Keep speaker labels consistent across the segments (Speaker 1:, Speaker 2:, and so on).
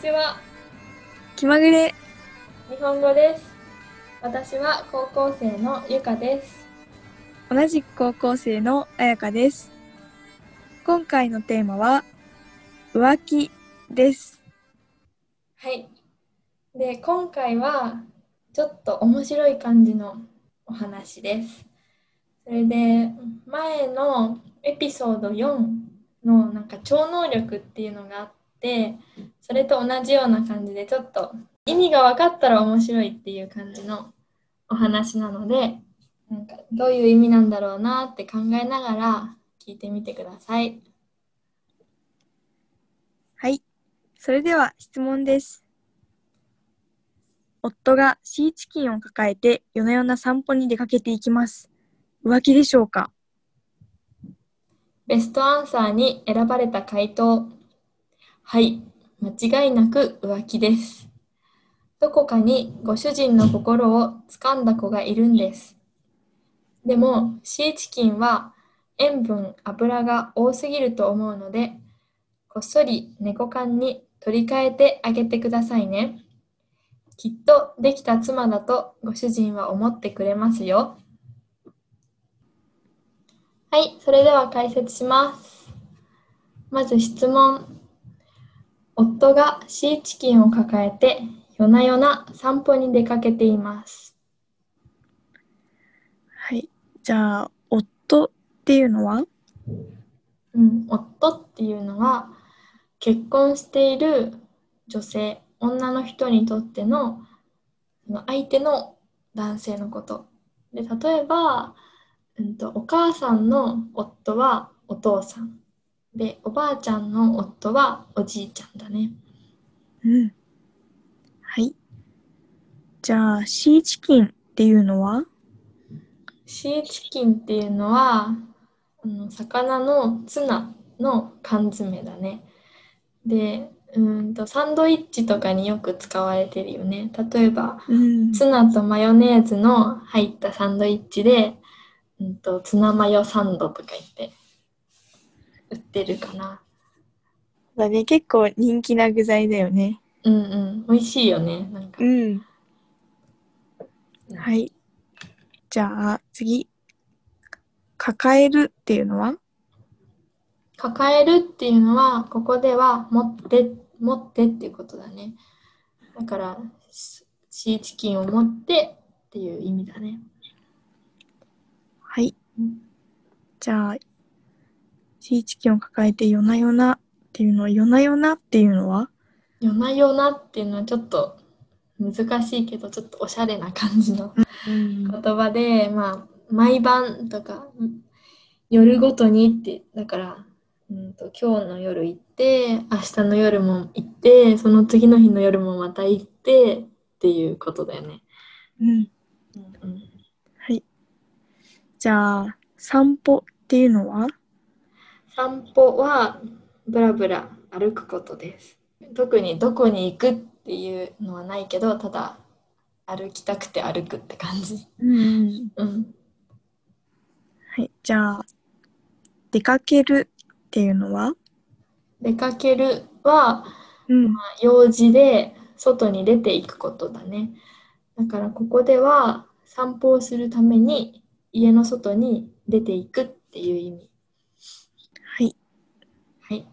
Speaker 1: ちは。
Speaker 2: 気まぐれ
Speaker 1: 日本語です。私は高校生のゆかです。
Speaker 2: 同じく高校生のあやかです今回のテーマは浮気です
Speaker 1: はい。で、今回はちょっと面白い感じのお話です。それで、前のエピソード4のなんか超能力っていうのがあって、それと同じような感じで、ちょっと意味が分かったら面白いっていう感じのお話なので、なんかどういう意味なんだろうなって考えながら聞いてみてください。
Speaker 2: はいそれでは質問です夫がシーチキンを抱えて夜な夜な散歩に出かけていきます浮気でしょうか
Speaker 1: ベストアンサーに選ばれた回答。はい、間違いなく浮気です。どこかにご主人の心を掴んだ子がいるんです。でも、シーチキンは塩分、油が多すぎると思うので、こっそり猫缶に取り替えてあげてくださいね。きっとできた妻だとご主人は思ってくれますよ。はい、それでは解説します。まず質問。夫がシーチキンを抱えて夜な夜な散歩に出かけています。
Speaker 2: はいじゃあ夫っていうのは
Speaker 1: うん、夫っていうのは結婚している女性、女の人にとってのその相手の男性のこと。で、例えば、うんと、お母さんの夫はお父さん。で、おばあちゃんの夫はおじいちゃんだね。
Speaker 2: うんはいじゃあシーチキンっていうのは
Speaker 1: シーチキンっていうのはあの魚のツナの缶詰だね。でうーんとサンドイッチとかによく使われてるよね。例えば
Speaker 2: うん
Speaker 1: ツナとマヨネーズの入ったサンドイッチで、うん、とツナマヨサンドとか言って売ってるかな。
Speaker 2: だね結構人気な具材だよね
Speaker 1: うんうん美味しいよね。なんか
Speaker 2: うん。はい。じゃあ次。抱えるっていうのは
Speaker 1: 抱えるっていうのはここでは持って持ってっていうことだねだからシシーチキンを持ってっていう意味だね
Speaker 2: はい
Speaker 1: うん。
Speaker 2: じゃあ、シーチキンを抱えて夜な夜なっていうのは、夜な夜なっていうのは
Speaker 1: 夜な夜なっていうのはちょっと難しいけどちょっとおしゃれな感じの
Speaker 2: うん。
Speaker 1: 言葉で、まあ毎晩とか夜ごとにってだからうんと今日の夜行って明日の夜も行ってその次の日の夜もまた行ってっていうことだよね、うんうん
Speaker 2: はい。じゃあ、散歩っていうのは
Speaker 1: 散歩はブラブラ歩くことです特にどこに行くっていうのはないけどただ歩きたくて歩くって感じ
Speaker 2: うん。
Speaker 1: うん
Speaker 2: はい。じゃあ、出かけるっていうのは
Speaker 1: 出かけるは
Speaker 2: うん。
Speaker 1: まあ用事で外に出ていくことだねだからここでは散歩をするために家の外に出ていくっていう意味
Speaker 2: はい。
Speaker 1: はい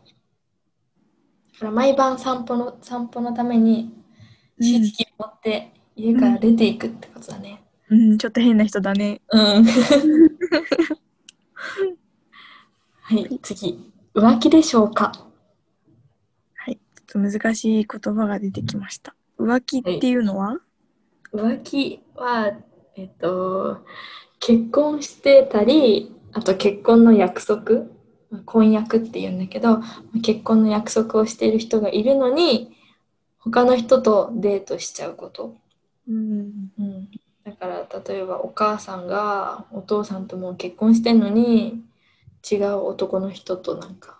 Speaker 1: だから毎晩散歩の散歩のためにシーチキンを持って家から出ていくってことだね、
Speaker 2: うん、ちょっと変な人だね。
Speaker 1: うん。はい、次。浮気でしょうか
Speaker 2: はい、ちょっと難しい言葉が出てきました。浮気っていうのは、
Speaker 1: 浮気は、えっと、結婚してたり、あと結婚の約束、婚約って言うんだけど、結婚の約束をしている人がいるのに、他の人とデートしちゃうこと。
Speaker 2: うん、
Speaker 1: うん、だから例えばお母さんがお父さんともう結婚してんのに違う男の人となんか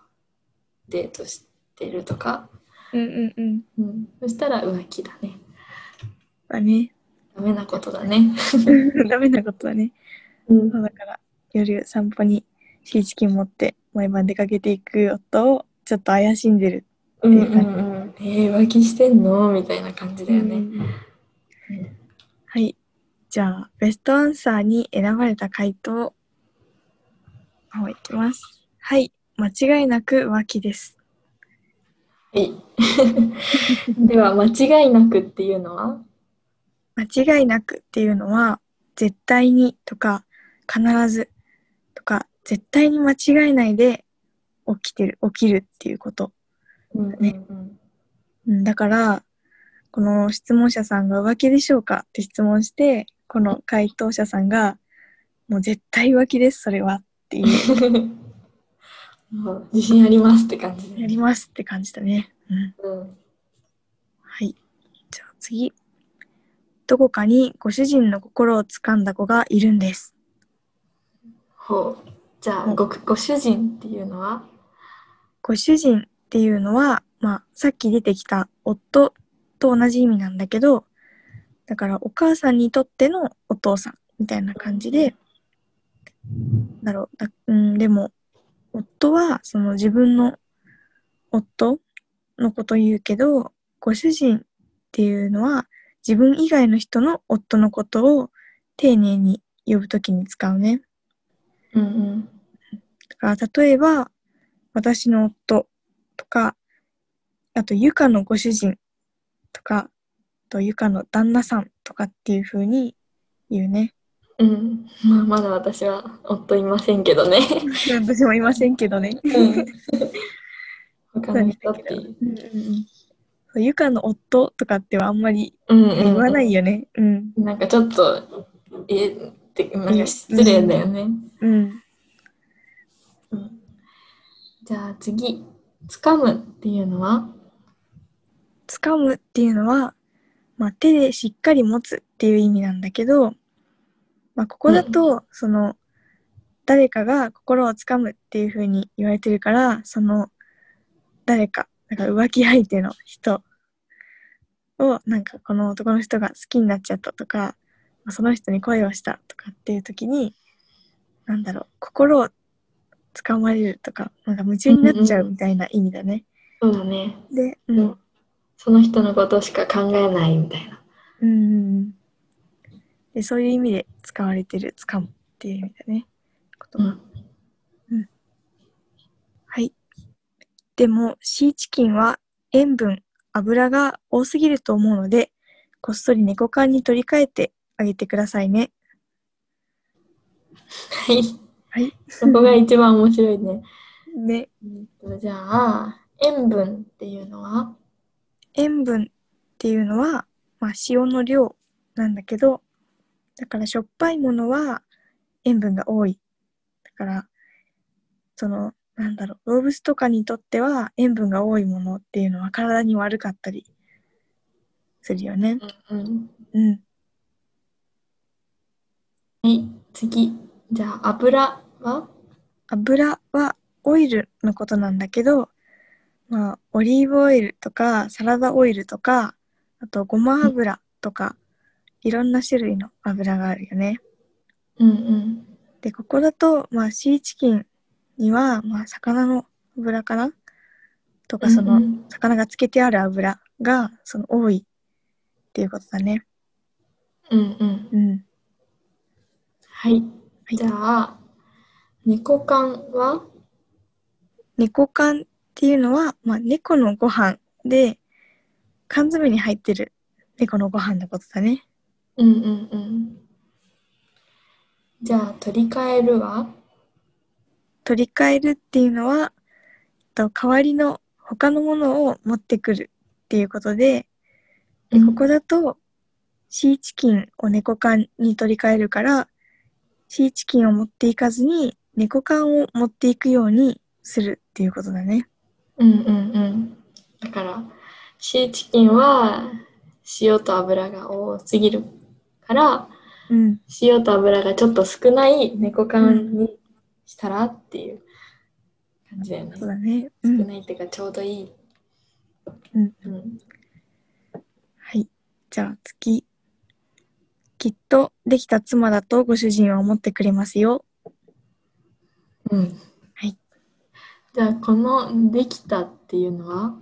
Speaker 1: デートしてるとか、
Speaker 2: うんうん
Speaker 1: う
Speaker 2: うん。
Speaker 1: ん、そしたら浮気だね
Speaker 2: だね。
Speaker 1: ダメなことだね、
Speaker 2: ダメなことだね。
Speaker 1: うん
Speaker 2: そうだから夜散歩にシーチキン持って毎晩出かけていく夫をちょっと怪しんでる。
Speaker 1: うんうんうんえー、浮気してんのみたいな感じだよね。
Speaker 2: うんはい。じゃあ、ベストアンサーに選ばれた回答の方いきます。はい。間違いなく浮気です。
Speaker 1: はい。 では、間違いなくっていうのは
Speaker 2: 間違いなくっていうのは、絶対にとか、必ずとか、絶対に間違えないで起きてる、起きるっていうこと。
Speaker 1: うんうん
Speaker 2: うんだから、この質問者さんが浮気でしょうかって質問して、この回答者さんが、もう絶対浮気です、それはっていう、
Speaker 1: うん。もう自信ありますって感じ
Speaker 2: や
Speaker 1: で。
Speaker 2: りますって感じだね。うん。
Speaker 1: うん
Speaker 2: はい。じゃあ次。どこかにご主人の心を掴んだ子がいるんです。
Speaker 1: ほう。じゃ
Speaker 2: う
Speaker 1: あ、
Speaker 2: ん
Speaker 1: ごご主人っていうのは
Speaker 2: ご主人っていうのは、まあ、さっき出てきた夫と同じ意味なんだけど、だからお母さんにとってのお父さんみたいな感じで、だろう、だうん、でも、夫はその自分の夫のこと言うけど、ご主人っていうのは自分以外の人の夫のことを丁寧に呼ぶときに使うね。
Speaker 1: うんうん。
Speaker 2: だから例えば私の夫とかあとゆかのご主人とかあとゆかの旦那さんとかっていう風に言うね
Speaker 1: うん、まあ、まだ私は夫いませんけどね。
Speaker 2: 私もいませんけどね
Speaker 1: 他の人っていう。
Speaker 2: そうゆかの夫とかってはあんまり
Speaker 1: うんうん、
Speaker 2: 言わないよねうん
Speaker 1: なんかちょっと、えって、なんか失礼だよね。
Speaker 2: うん
Speaker 1: うんじゃあ次、掴むっていうのは
Speaker 2: 掴むっていうのは、まあ、手でしっかり持つっていう意味なんだけど、まあ、ここだと、その誰かが心をつかむっていうふうに言われてるからその誰かなんか浮気相手の人をなんかこの男の人が好きになっちゃったとかまあその人に恋をしたとかっていう時になんだろう心をつかまれるとかなんか夢中になっちゃうみたいな意味だね。
Speaker 1: そうだね。
Speaker 2: で、う
Speaker 1: うんん、その人のことしか考えないみたいな。
Speaker 2: うんうんうんでそういう意味で使われてる「つかむ」っていう意味だね。言葉
Speaker 1: ん、
Speaker 2: はい。でもシーチキンは塩分油が多すぎると思うのでこっそり猫缶に取り替えてあげてくださいね。
Speaker 1: はい。
Speaker 2: はい。
Speaker 1: そこが一番面白いね。
Speaker 2: で
Speaker 1: うんとじゃあ、塩分っていうのは
Speaker 2: 塩分っていうのは、まあ、塩の量なんだけどだからしょっぱいものは塩分が多い。だからそのなんだろう動物とかにとっては塩分が多いものっていうのは体に悪かったりするよね。
Speaker 1: うん。
Speaker 2: うん。
Speaker 1: はい、次。じゃあ、油は
Speaker 2: 油はオイルのことなんだけど、まあ、オリーブオイルとかサラダオイルとかあとごま油とか、いろんな種類の油があるよね。
Speaker 1: うんうん。
Speaker 2: でここだと、まあ、シーチキンには、まあ、魚の油かなとかその、
Speaker 1: うんうん
Speaker 2: 魚がつけてある油がその多いっていうことだね。
Speaker 1: うんうん。
Speaker 2: うん。
Speaker 1: はい。
Speaker 2: はい
Speaker 1: じゃあ、猫缶は
Speaker 2: 猫缶っていうのは、まあ、猫のご飯で缶詰に入ってる猫のご飯のことだね。
Speaker 1: うんうんうん。じゃあ、取り替えるは
Speaker 2: 取り替えるっていうのはえっと代わりの他のものを持ってくるっていうことででここだとシーチキンを猫缶に取り替えるからシーチキンを持っていかずに猫缶を持っていくようにするっていうことだね。
Speaker 1: うんうんうん。だから、シーチキンは塩と油が多すぎるから、
Speaker 2: うん、
Speaker 1: 塩と油がちょっと少ない猫缶にしたらっていう感じだよね
Speaker 2: そう。だね。う
Speaker 1: 少
Speaker 2: ん、
Speaker 1: ないっていうか、ちょうどいい。
Speaker 2: うん
Speaker 1: うん。
Speaker 2: はい。じゃあ次。きっとできた妻だとご主人は思ってくれますよ。
Speaker 1: うん。
Speaker 2: はい。
Speaker 1: じゃあ、このできたっていうのは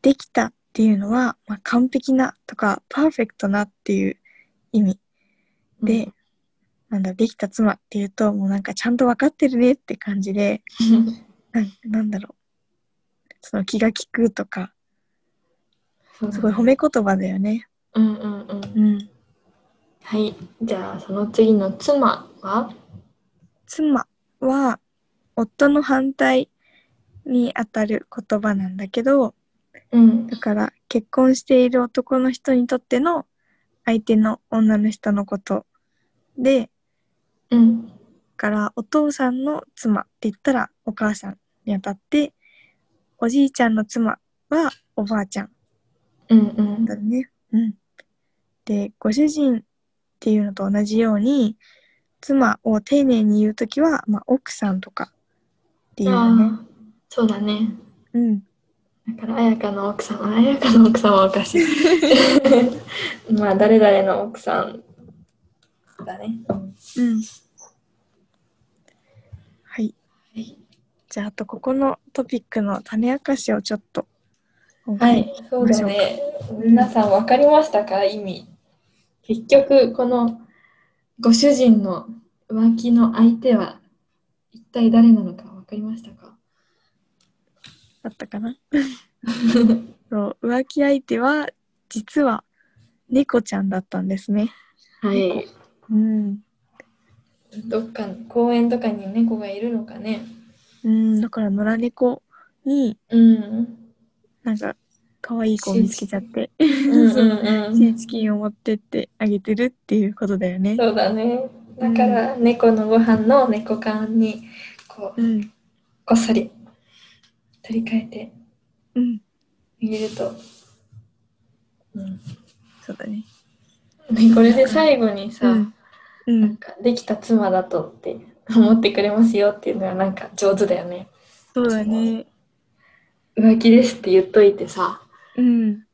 Speaker 2: できたっていうのは、まあ、完璧なとかパーフェクトなっていう意味で、 なんだろうできた妻っていうともうなんかちゃんと分かってるねって感じで
Speaker 1: うん、
Speaker 2: なんなんだろうその気が利くとか
Speaker 1: そうだね
Speaker 2: すごい褒め言葉だよね。
Speaker 1: うんうんうん。
Speaker 2: うん、
Speaker 1: はい。じゃあ、その次の妻は
Speaker 2: 妻は夫の反対にあたる言葉なんだけど
Speaker 1: うん
Speaker 2: だ。から結婚している男の人にとっての相手の女の人のことで
Speaker 1: うん。
Speaker 2: からお父さんの妻って言ったらお母さんにあたっておじいちゃんの妻はおばあちゃん
Speaker 1: うんうん
Speaker 2: だ。ね。うん、でご主人っていうのと同じように妻を丁寧に言う時は、まあ、奥さんとかっていうよね。
Speaker 1: あーそうだね。
Speaker 2: うん、
Speaker 1: だから、綾香の奥さん、綾香の奥さんはおか しい。 まあ、誰々の奥さんだね。
Speaker 2: うん、はい
Speaker 1: い
Speaker 2: じゃああとここのトピックの種明かしをちょっと今
Speaker 1: は
Speaker 2: 回
Speaker 1: い、そうだね。皆さん分かりましたか意味。結局、このご主人の浮気の相手は一体誰なのか分かりましたか
Speaker 2: だったかな そう浮気相手は実は猫ちゃんだったんですね。
Speaker 1: はい。
Speaker 2: うん、
Speaker 1: どっかの公園とかに猫がいるのかね。
Speaker 2: うん、だから野良猫に
Speaker 1: うん。
Speaker 2: なんか可愛い子を見つけちゃって
Speaker 1: うんうんう
Speaker 2: シー
Speaker 1: ん。
Speaker 2: チキンを持ってってあげてるっていうことだよね。
Speaker 1: そうだね。だから、猫のご飯の猫缶にこう
Speaker 2: うん、
Speaker 1: こっそり取り替えて
Speaker 2: うん、
Speaker 1: 入れると。うん
Speaker 2: そうだね。
Speaker 1: ね、これで最後にさ、
Speaker 2: うん、う
Speaker 1: なん
Speaker 2: ん、
Speaker 1: かできた妻だとって思ってくれますよっていうのはなんか上手だよね
Speaker 2: そうだね。
Speaker 1: 浮気ですって言っといてさ
Speaker 2: うん、
Speaker 1: だ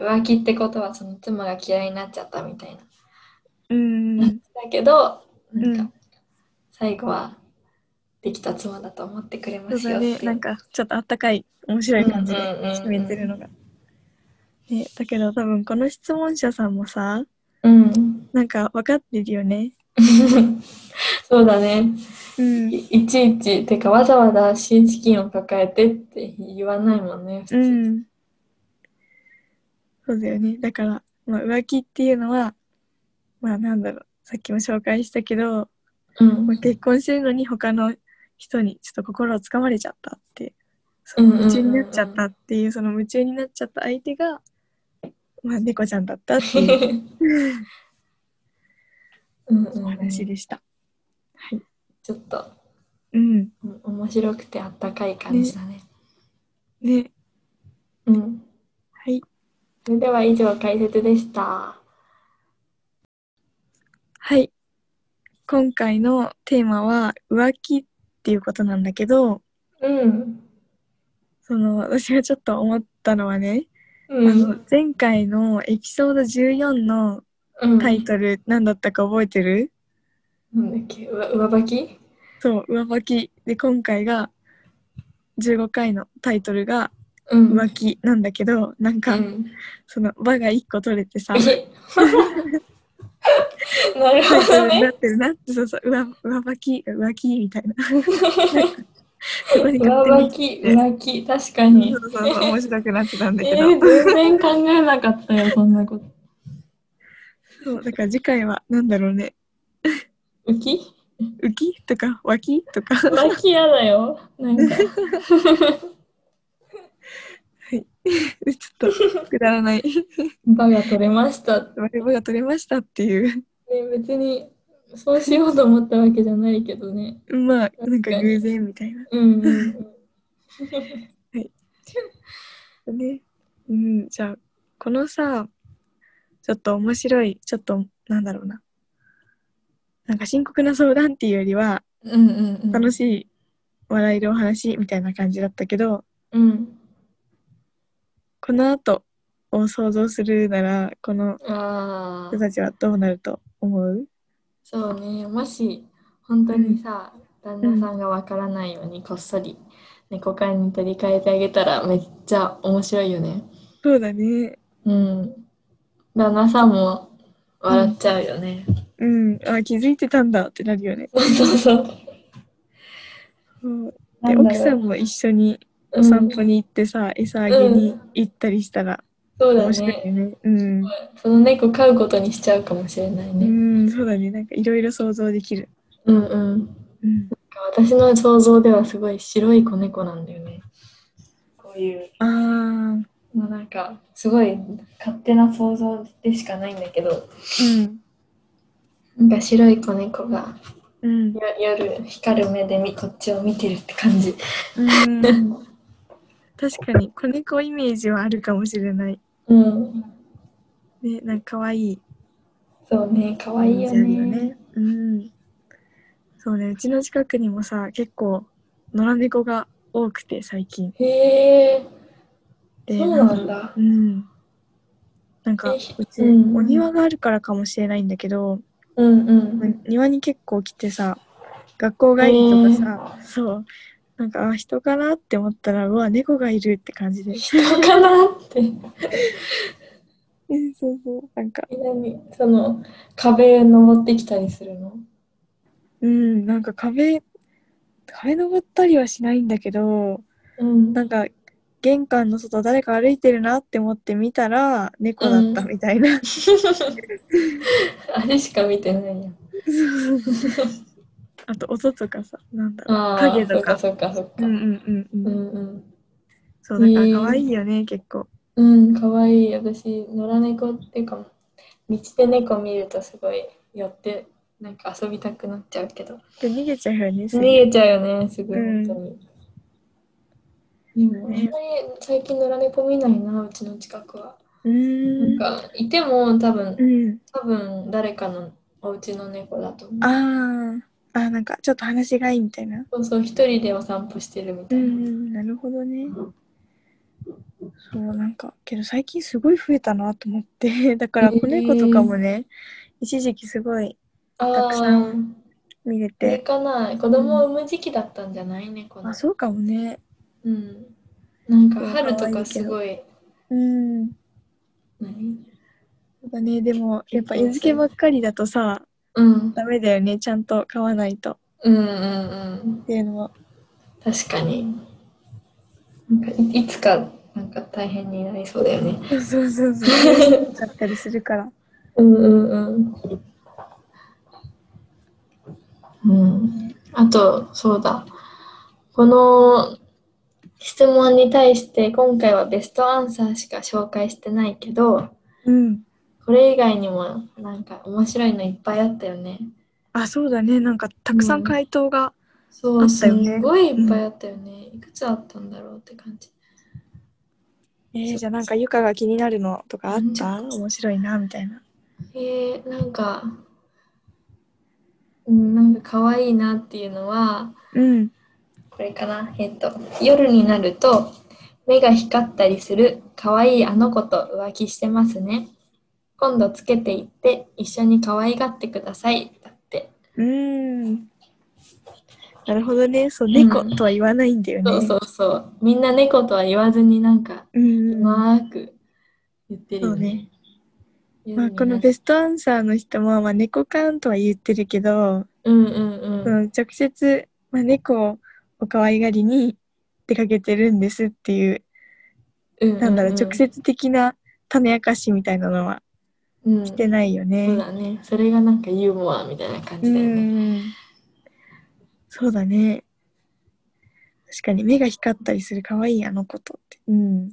Speaker 1: から浮気ってことはその妻が嫌いになっちゃったみたいな
Speaker 2: うん、
Speaker 1: だけどなん
Speaker 2: う
Speaker 1: か
Speaker 2: ん
Speaker 1: 最後はできた妻だと思ってくれま
Speaker 2: そう
Speaker 1: すよ
Speaker 2: だ
Speaker 1: ってい
Speaker 2: ね。
Speaker 1: う
Speaker 2: なんかちょっとあったかい面白い感じで
Speaker 1: うんうんうんうん
Speaker 2: 締めてるのが。ね、だけど多分この質問者さんもさ、
Speaker 1: うん
Speaker 2: なんか分かってるよね。
Speaker 1: そうだね
Speaker 2: うん。
Speaker 1: いいちいちてかわざわざ新資金を抱えてって言わないもんね普通
Speaker 2: うん。そうだよね。だから、まあ、浮気っていうのは、まあなんだろう、さっきも紹介したけど、
Speaker 1: うん
Speaker 2: まあ、結婚してるのに他の人にちょっと心をつかまれちゃったって、そ
Speaker 1: うんうんう
Speaker 2: の
Speaker 1: んうん
Speaker 2: 夢中になっちゃったっていう、その夢中になっちゃった相手が、まあ猫ちゃんだったっていう
Speaker 1: うんうんうん
Speaker 2: お話でした。
Speaker 1: ちょっと
Speaker 2: うん。
Speaker 1: うん面白くてあったかい感じだね。
Speaker 2: ね。
Speaker 1: うん。
Speaker 2: はい。
Speaker 1: それでは以上解説でした。
Speaker 2: はい。今回のテーマは浮気っていうことなんだけど、
Speaker 1: うん。
Speaker 2: その私がちょっと思ったのはね、
Speaker 1: う
Speaker 2: あの
Speaker 1: ん。
Speaker 2: 前回のエピソード14の
Speaker 1: うん。
Speaker 2: タイトル何だったか覚えてる、
Speaker 1: なんだっけ、うわ上履き
Speaker 2: そう上履きで今回が15回のタイトルが
Speaker 1: うん
Speaker 2: 浮気なんだけど、なん
Speaker 1: う
Speaker 2: か
Speaker 1: ん。
Speaker 2: その「場が1個取れてさタイ
Speaker 1: えなるほ
Speaker 2: ト
Speaker 1: ど
Speaker 2: ルに
Speaker 1: ね。
Speaker 2: なってるなってそうそう上上履き浮気みたい なそこに
Speaker 1: 上履
Speaker 2: 勝手に
Speaker 1: き、浮気、確かに
Speaker 2: そう。そうそう面白くなってたんだ
Speaker 1: え
Speaker 2: けど、
Speaker 1: ー、全然考えなかったよ、そんなこと。
Speaker 2: そうだから次回は何だろうね
Speaker 1: 浮き
Speaker 2: 浮きとか脇とか
Speaker 1: 浮気嫌だよ。なんか。
Speaker 2: ちょっとくだらない
Speaker 1: バが取れましたって。
Speaker 2: 我々が取れましたっていう
Speaker 1: ね別に、そうしようと思ったわけじゃないけどね。
Speaker 2: まあ、なんか
Speaker 1: 確かに
Speaker 2: 偶然みたいな
Speaker 1: うんうんうん。
Speaker 2: ね。うん、じゃあ、このさ、ちょっと面白い、ちょっと、なんだろうな。なんか深刻な相談っていうよりは、
Speaker 1: うんうんうん、
Speaker 2: 楽
Speaker 1: い。
Speaker 2: しい、笑えるお話みたいな感じだったけど、
Speaker 1: うん、
Speaker 2: この後を想像するなら、この
Speaker 1: あ
Speaker 2: 人
Speaker 1: あ、
Speaker 2: たちはどうなると思う
Speaker 1: そうね。もし、本当にさ、旦那さんがわからないようにこっそり猫缶に取り替えてあげたらめっちゃ面白いよね。
Speaker 2: そうだね。
Speaker 1: うん。旦那さんも笑っちゃうよね。
Speaker 2: うん。あ、気づいてたんだってなるよね。
Speaker 1: そうそう。
Speaker 2: そうで、奥さんも一緒にお散歩に行ってさ、餌あげに行ったりしたら
Speaker 1: そうだ
Speaker 2: 面白いよ
Speaker 1: ね。
Speaker 2: ね。うん。
Speaker 1: その猫飼うことにしちゃうかもしれないうね。
Speaker 2: ん、そうだね。なんかいろいろ想像できる。
Speaker 1: うんうん。
Speaker 2: うん。
Speaker 1: 私の想像ではすごい白い子猫なんだよね。こういう。
Speaker 2: ああ、
Speaker 1: もうなんかすごい勝手な想像でしかないんだけど、
Speaker 2: うん。
Speaker 1: なんか白い子猫が
Speaker 2: うん。
Speaker 1: よ夜光る目でみこっちを見てるって感じ。
Speaker 2: うん確かに子猫イメージはあるかもしれない。
Speaker 1: うん。
Speaker 2: ね、なんか可愛い
Speaker 1: そうね、可愛いよ
Speaker 2: イメージある
Speaker 1: ね。
Speaker 2: よねうん。そうね、うちの近くにもさ、結構野良猫が多くて最近。
Speaker 1: へえ、
Speaker 2: で、
Speaker 1: そうなんだ。
Speaker 2: うん。なんか
Speaker 1: え
Speaker 2: うち、
Speaker 1: うん
Speaker 2: お庭があるからかもしれないんだけど、
Speaker 1: うん うん。
Speaker 2: 庭に結構来てさ、学校帰りとかさ、そう。なんかあ人かなって思ったらうわ猫がいるって感じ で、
Speaker 1: 人かなって。
Speaker 2: うんそうそうなんか
Speaker 1: 何その壁登ってきたりするの
Speaker 2: うん、なんか壁、壁登ったりはしないんだけど、
Speaker 1: うん
Speaker 2: なんか玄関の外誰か歩いてるなって思って見たら猫だった
Speaker 1: うん
Speaker 2: みたい な。
Speaker 1: あれしか見てないやん。
Speaker 2: あと音とかさ、なんだろう、
Speaker 1: ああ、
Speaker 2: 影とか。
Speaker 1: そっかそっか
Speaker 2: う
Speaker 1: そ
Speaker 2: ん
Speaker 1: っ
Speaker 2: う
Speaker 1: か。
Speaker 2: んうん
Speaker 1: う
Speaker 2: うん。
Speaker 1: んうん。
Speaker 2: そう、だから
Speaker 1: ねえ
Speaker 2: 可愛いよね、結構。
Speaker 1: うん、かわいい。私、野良猫っていうか、道で猫見るとすごい寄って、なんか遊びたくなっちゃうけど。
Speaker 2: で逃げちゃうよね、す
Speaker 1: 逃
Speaker 2: ぐ
Speaker 1: げちゃうよね、すぐ、
Speaker 2: うん
Speaker 1: 本当に。でも、あんまり最近野良猫見ないな、うちの近くは。
Speaker 2: う
Speaker 1: な
Speaker 2: ー
Speaker 1: ん
Speaker 2: ん。
Speaker 1: か、いても多分
Speaker 2: う、ん。
Speaker 1: 多分誰かのお家の猫だと思う。
Speaker 2: ああ、あーなんかちょっと話がいいみたいな。
Speaker 1: そうそう、一人でお散歩してるみ
Speaker 2: う
Speaker 1: たい
Speaker 2: ん
Speaker 1: な。
Speaker 2: うん、なるほどね。そうなんかけど最近すごい増えたなと思って だから子猫とかもね、一時期すごい
Speaker 1: あ
Speaker 2: た
Speaker 1: あ
Speaker 2: くさ
Speaker 1: ー、
Speaker 2: ん見れ
Speaker 1: あれ
Speaker 2: て
Speaker 1: かな、子供を産む時期だったんじゃない猫の
Speaker 2: あ。そうかもね
Speaker 1: うん。なんか
Speaker 2: うん
Speaker 1: 春とかすごい。
Speaker 2: うん
Speaker 1: 何
Speaker 2: そうだねでもやっぱ餌付けばっかりだとさ
Speaker 1: うん。
Speaker 2: ダメだよねちゃんと飼わないとっ
Speaker 1: うんうんうん。
Speaker 2: ていうのは
Speaker 1: 確かに。なんかいいつかなんか大変になりそうだよね。
Speaker 2: そうそうそう そうだったりするから
Speaker 1: うんうんうん。うん。あと、そうだ。この質問に対して今回はベストアンサーしか紹介してないけど、
Speaker 2: うん
Speaker 1: これ以外にもなんか面白いのいっぱいあったよね。
Speaker 2: あそうだねなんかたくさん回答が、
Speaker 1: そ
Speaker 2: あ
Speaker 1: う、
Speaker 2: っ
Speaker 1: す
Speaker 2: たよね
Speaker 1: っごいいっぱいあったよね。いくつあったんだろうって感じ。
Speaker 2: えーじゃあなんかゆかが気になるのとかあった
Speaker 1: うん
Speaker 2: 面白いなみたいな
Speaker 1: えー、なんか、うん、なんか可愛いなっていうのは、
Speaker 2: うん
Speaker 1: これかな。えっと、夜になると、目が光ったりする可愛いあの子と浮気してますね。今度つけていって、一緒に可愛がってください。だって。
Speaker 2: うーん。なるほどね。そう、猫とは言わないんだよね。
Speaker 1: そうそうそう。みんな猫とは言わずになんか、
Speaker 2: うん
Speaker 1: うまーく言ってるよね。
Speaker 2: まあ、この
Speaker 1: ス
Speaker 2: ベストアンサーの人も、まあ、猫缶とは言ってるけど、
Speaker 1: うんうん
Speaker 2: そ
Speaker 1: うん。
Speaker 2: の直接、まあ、猫を可愛がりに出かけてるんですっていう、
Speaker 1: ううう
Speaker 2: なんだろう、直接的な種明かしみたいなのは
Speaker 1: うん
Speaker 2: してないよね。
Speaker 1: そうだね。それがなんかユーモアみたいな感
Speaker 2: う
Speaker 1: じだよね。
Speaker 2: ん。そうだね。確かに目が光ったりする可愛いあの子とって。うん。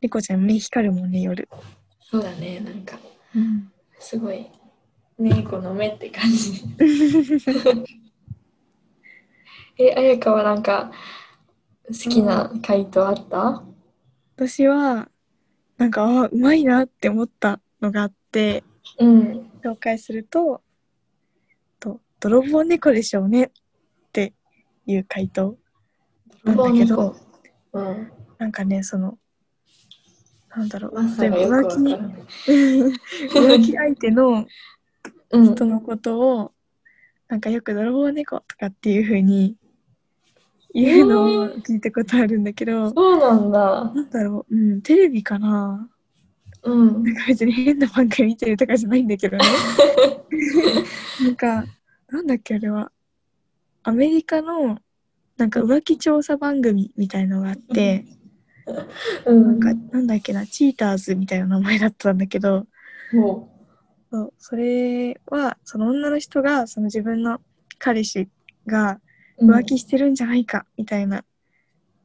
Speaker 2: 猫ちゃん目光るもんね、夜。
Speaker 1: そうだね。なんか、
Speaker 2: うん
Speaker 1: すごい、猫の目って感じ。 え、あやかはなんか、好きな回答あった
Speaker 2: 私はなんかあうまいなって思ったのがあって
Speaker 1: うん。
Speaker 2: 紹介するとと「泥棒猫でしょうね」っていう回答なんだけど
Speaker 1: うん。
Speaker 2: なんかねそのなんだろう
Speaker 1: まさ
Speaker 2: 例え
Speaker 1: が
Speaker 2: ば
Speaker 1: よくわか
Speaker 2: 浮
Speaker 1: らな
Speaker 2: 気
Speaker 1: い。
Speaker 2: 浮気相手の
Speaker 1: うん。
Speaker 2: 人のことをなんかよく「泥棒猫」とかっていう風にいうのを聞いたことあるんだけど、
Speaker 1: そうなんだ。
Speaker 2: なんだろう、うん、テレビかな
Speaker 1: うん。
Speaker 2: なんか別に変な番組見てるとかじゃないんだけどね。なんか、なんだっけ、あれは。アメリカの、なんか浮気調査番組みたいのがあって、
Speaker 1: う
Speaker 2: なん
Speaker 1: ん。
Speaker 2: か、なんだっけな、チーターズみたいな名前だったんだけど、
Speaker 1: も
Speaker 2: そうそれは、その女の人が、その自分の彼氏が
Speaker 1: う
Speaker 2: 浮気してるんじゃないか、みたいな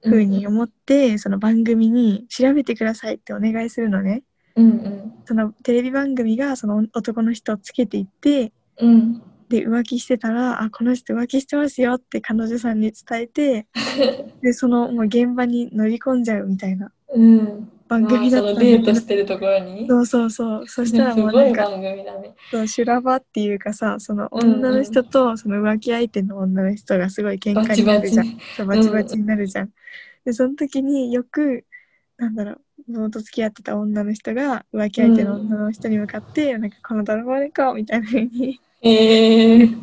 Speaker 2: 風に。思って、その番組に調べてくださいってお願いするのね。
Speaker 1: うんうん。
Speaker 2: そのテレビ番組がその男の人をつけていって
Speaker 1: うん。
Speaker 2: で浮気してたら「あこの人浮気してますよ」って彼女さんに伝え てでそのもう現場に乗り込んじゃうみたいな
Speaker 1: うん。
Speaker 2: 番組だ
Speaker 1: そ
Speaker 2: った
Speaker 1: の
Speaker 2: んだけ
Speaker 1: デー
Speaker 2: ど
Speaker 1: トしてるところに。
Speaker 2: そうそうそうそしたら
Speaker 1: す
Speaker 2: もう
Speaker 1: ご
Speaker 2: ないんか
Speaker 1: 番組だね。
Speaker 2: そう修羅場っていうかさその
Speaker 1: うんうん
Speaker 2: 女の人とその浮気相手の女の人がすごい喧
Speaker 1: バ
Speaker 2: 嘩
Speaker 1: チ
Speaker 2: にな
Speaker 1: バ
Speaker 2: る
Speaker 1: チ
Speaker 2: じゃん
Speaker 1: ね。
Speaker 2: そうバチバチになるじゃん。でその時によくなんだろう元付き合ってた女の人が浮気相手の女の人に向かって、なんかこの泥棒猫みたいな 風に
Speaker 1: へえ。
Speaker 2: ね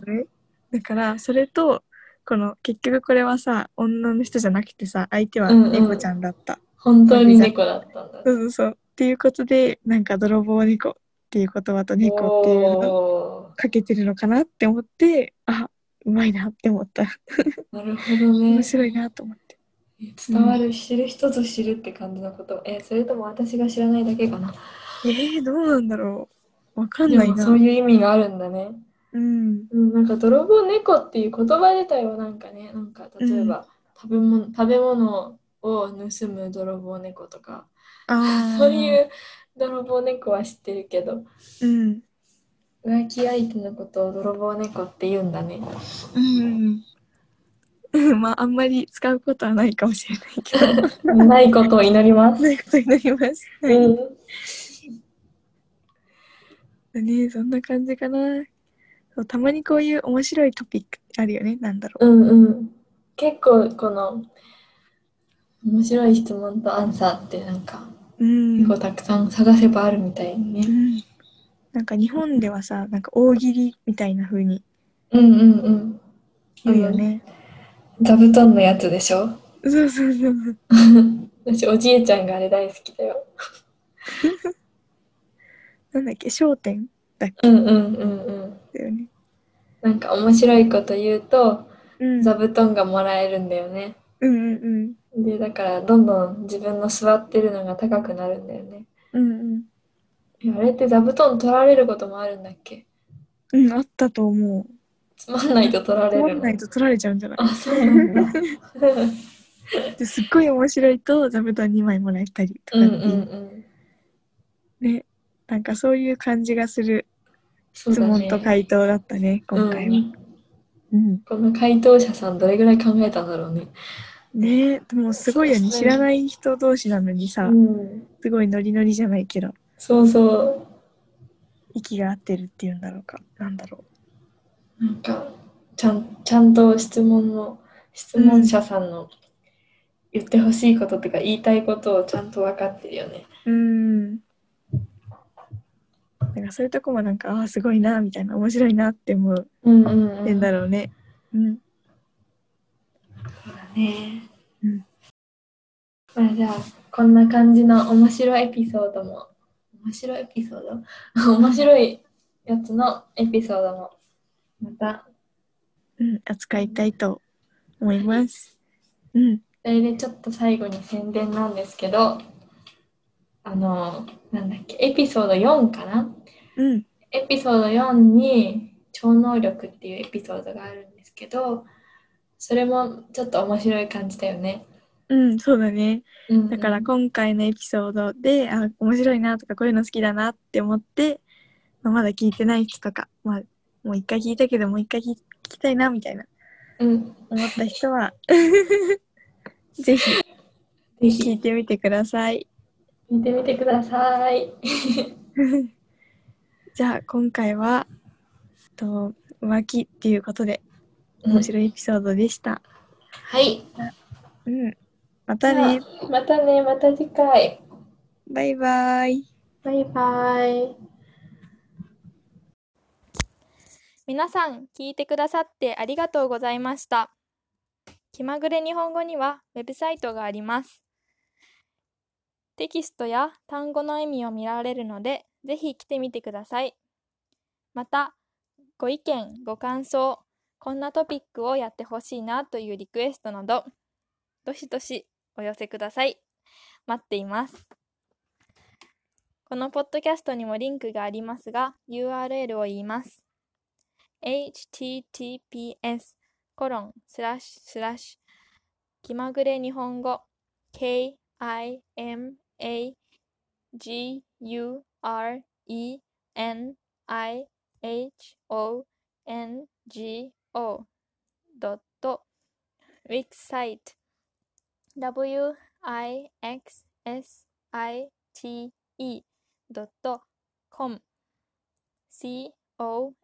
Speaker 2: だからそれとこの結局これはさ女の人じゃなくてさ相手は
Speaker 1: うんうん
Speaker 2: 猫ちゃんだった、
Speaker 1: 本当に猫だったんだ。
Speaker 2: そうそうそうっていうことでなんか泥棒猫っていう言葉と猫っていうのを
Speaker 1: お
Speaker 2: かけてるのかなって思ってあうまいなって思った
Speaker 1: ーなるほどね
Speaker 2: 面。白いなと思って
Speaker 1: 伝わる、知る人ぞ知るって感じのこと。え、それとも私が知らないだけかな。
Speaker 2: えー、どうなんだろうわかん
Speaker 1: で
Speaker 2: ない
Speaker 1: も
Speaker 2: な
Speaker 1: そういう意味があるんだね。
Speaker 2: うん
Speaker 1: うん、なんか泥棒猫っていう言葉自体はなんかね、なんか例えば、食べ物食べ物を盗む泥棒猫とか、
Speaker 2: あー
Speaker 1: そういう泥棒猫は知ってるけど、
Speaker 2: うん
Speaker 1: 浮気相手のことを泥棒猫って言うんだ ね。
Speaker 2: うんうんまああんまり使うことはないかもしれないけど
Speaker 1: ないことを祈ります。
Speaker 2: ないことになります、はい
Speaker 1: うん、
Speaker 2: ねそんな感じかなそうたまにこういう面白いトピックあるよねなんだろ
Speaker 1: うん、うん。結構この面白い質問とアンサーってなんか
Speaker 2: ううん、
Speaker 1: 結構たくさん探せばあるみたいに
Speaker 2: う
Speaker 1: ね。
Speaker 2: ん、なんか日本ではさなんか大喜利みたいな風に
Speaker 1: うんうんうん。
Speaker 2: 言うよね、
Speaker 1: 座布団のやつでしょ
Speaker 2: そうそうそうそう
Speaker 1: 私おじいちゃんがあれ大好きだよ。
Speaker 2: なんだっけ商店
Speaker 1: うんうんうんうん。
Speaker 2: だよね
Speaker 1: なんか面白いこと言うと
Speaker 2: うん
Speaker 1: 座布団がもらえるんだよね。
Speaker 2: うんうんうん
Speaker 1: でだからどんどん自分の座ってるのが高くなるんだよね。
Speaker 2: うん
Speaker 1: えあれって座布団取られることもあるんだっけ
Speaker 2: うんうんあったと思う
Speaker 1: つまんないと取られ
Speaker 2: 取
Speaker 1: る
Speaker 2: ら
Speaker 1: の。
Speaker 2: ないと取られちゃうんじゃない
Speaker 1: あそうなん だ。
Speaker 2: ですっごい面白いと座布団2枚もらえたりと
Speaker 1: う
Speaker 2: か
Speaker 1: んう
Speaker 2: っ
Speaker 1: ん
Speaker 2: て
Speaker 1: う。
Speaker 2: いうんねなんかそういう感じがする
Speaker 1: そう
Speaker 2: 質
Speaker 1: だ
Speaker 2: 問と
Speaker 1: ね。
Speaker 2: 回答だったね今回は、
Speaker 1: うん
Speaker 2: うん
Speaker 1: この回答者さんどれぐらい考えたんだろうね。
Speaker 2: ねえでもすごいよね
Speaker 1: そう
Speaker 2: 知らない人同士なのにさ、
Speaker 1: うん。
Speaker 2: すごいノリノリじゃないけど
Speaker 1: そうそう。
Speaker 2: 息が合ってるっていうんだろうかなんだろ
Speaker 1: なんかちゃんちゃんと質問の質問者さんの言ってほしいこととか言いたいことをちゃんと分かってるよね。
Speaker 2: ううんなんかそういうとこもなんかああすごいなみたいな面白いなって思う
Speaker 1: うんうん、
Speaker 2: 点だ
Speaker 1: そう
Speaker 2: ろうねうん
Speaker 1: だね。
Speaker 2: うん
Speaker 1: まあじゃあこんな感じの面白いエピソードも面白いエピソード面白いやつのエピソードもまた
Speaker 2: うん扱いたいと思いますうん
Speaker 1: それでちょっと最後に宣伝なんですけどあのなんだっけエピソード4かな
Speaker 2: うん
Speaker 1: エピソード4に超能力っていうエピソードがあるんですけどそれもちょっと面白い感じだよね。
Speaker 2: うんそうだね
Speaker 1: うん
Speaker 2: だから今回のエピソードであ面白いなとかこういうの好きだなって思って、まあ、まだ聞いてない人とか、まあ、もう一回聞いたけどもう一回聞きたいなみたいな
Speaker 1: うん、
Speaker 2: 思った 人はぜ
Speaker 1: ぜ
Speaker 2: ひ聞
Speaker 1: ひ
Speaker 2: いてみてください。
Speaker 1: 見てみてください。
Speaker 2: じゃあ今回はと浮気っていうことで
Speaker 1: うん
Speaker 2: 面白いエピソードでした。
Speaker 1: はい。
Speaker 2: うん、またね
Speaker 1: じ。ゃあまたね、また次回。
Speaker 2: バイバイ。
Speaker 1: バイバイ。
Speaker 3: 皆さん聞いてくださってありがとうございました
Speaker 1: 気まぐれ日本語にはウェブサイトがあります。テキストや単語の意味を見られるので、ぜひ来てみてください。また、ご意見、ご感想、こんなトピックをやってほしいなというリクエストなど、どしどしお寄せください。待っています。このポッドキャストにもリンクがありますが、URL を言います。https コロンスラッシュスラッシュ気まぐれ日本語 kimagureniho.ngo.wixsite wixsite.com com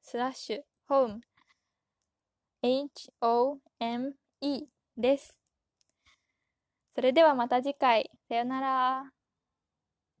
Speaker 1: スラッシュホーム home です。それではまた次回。さよなら。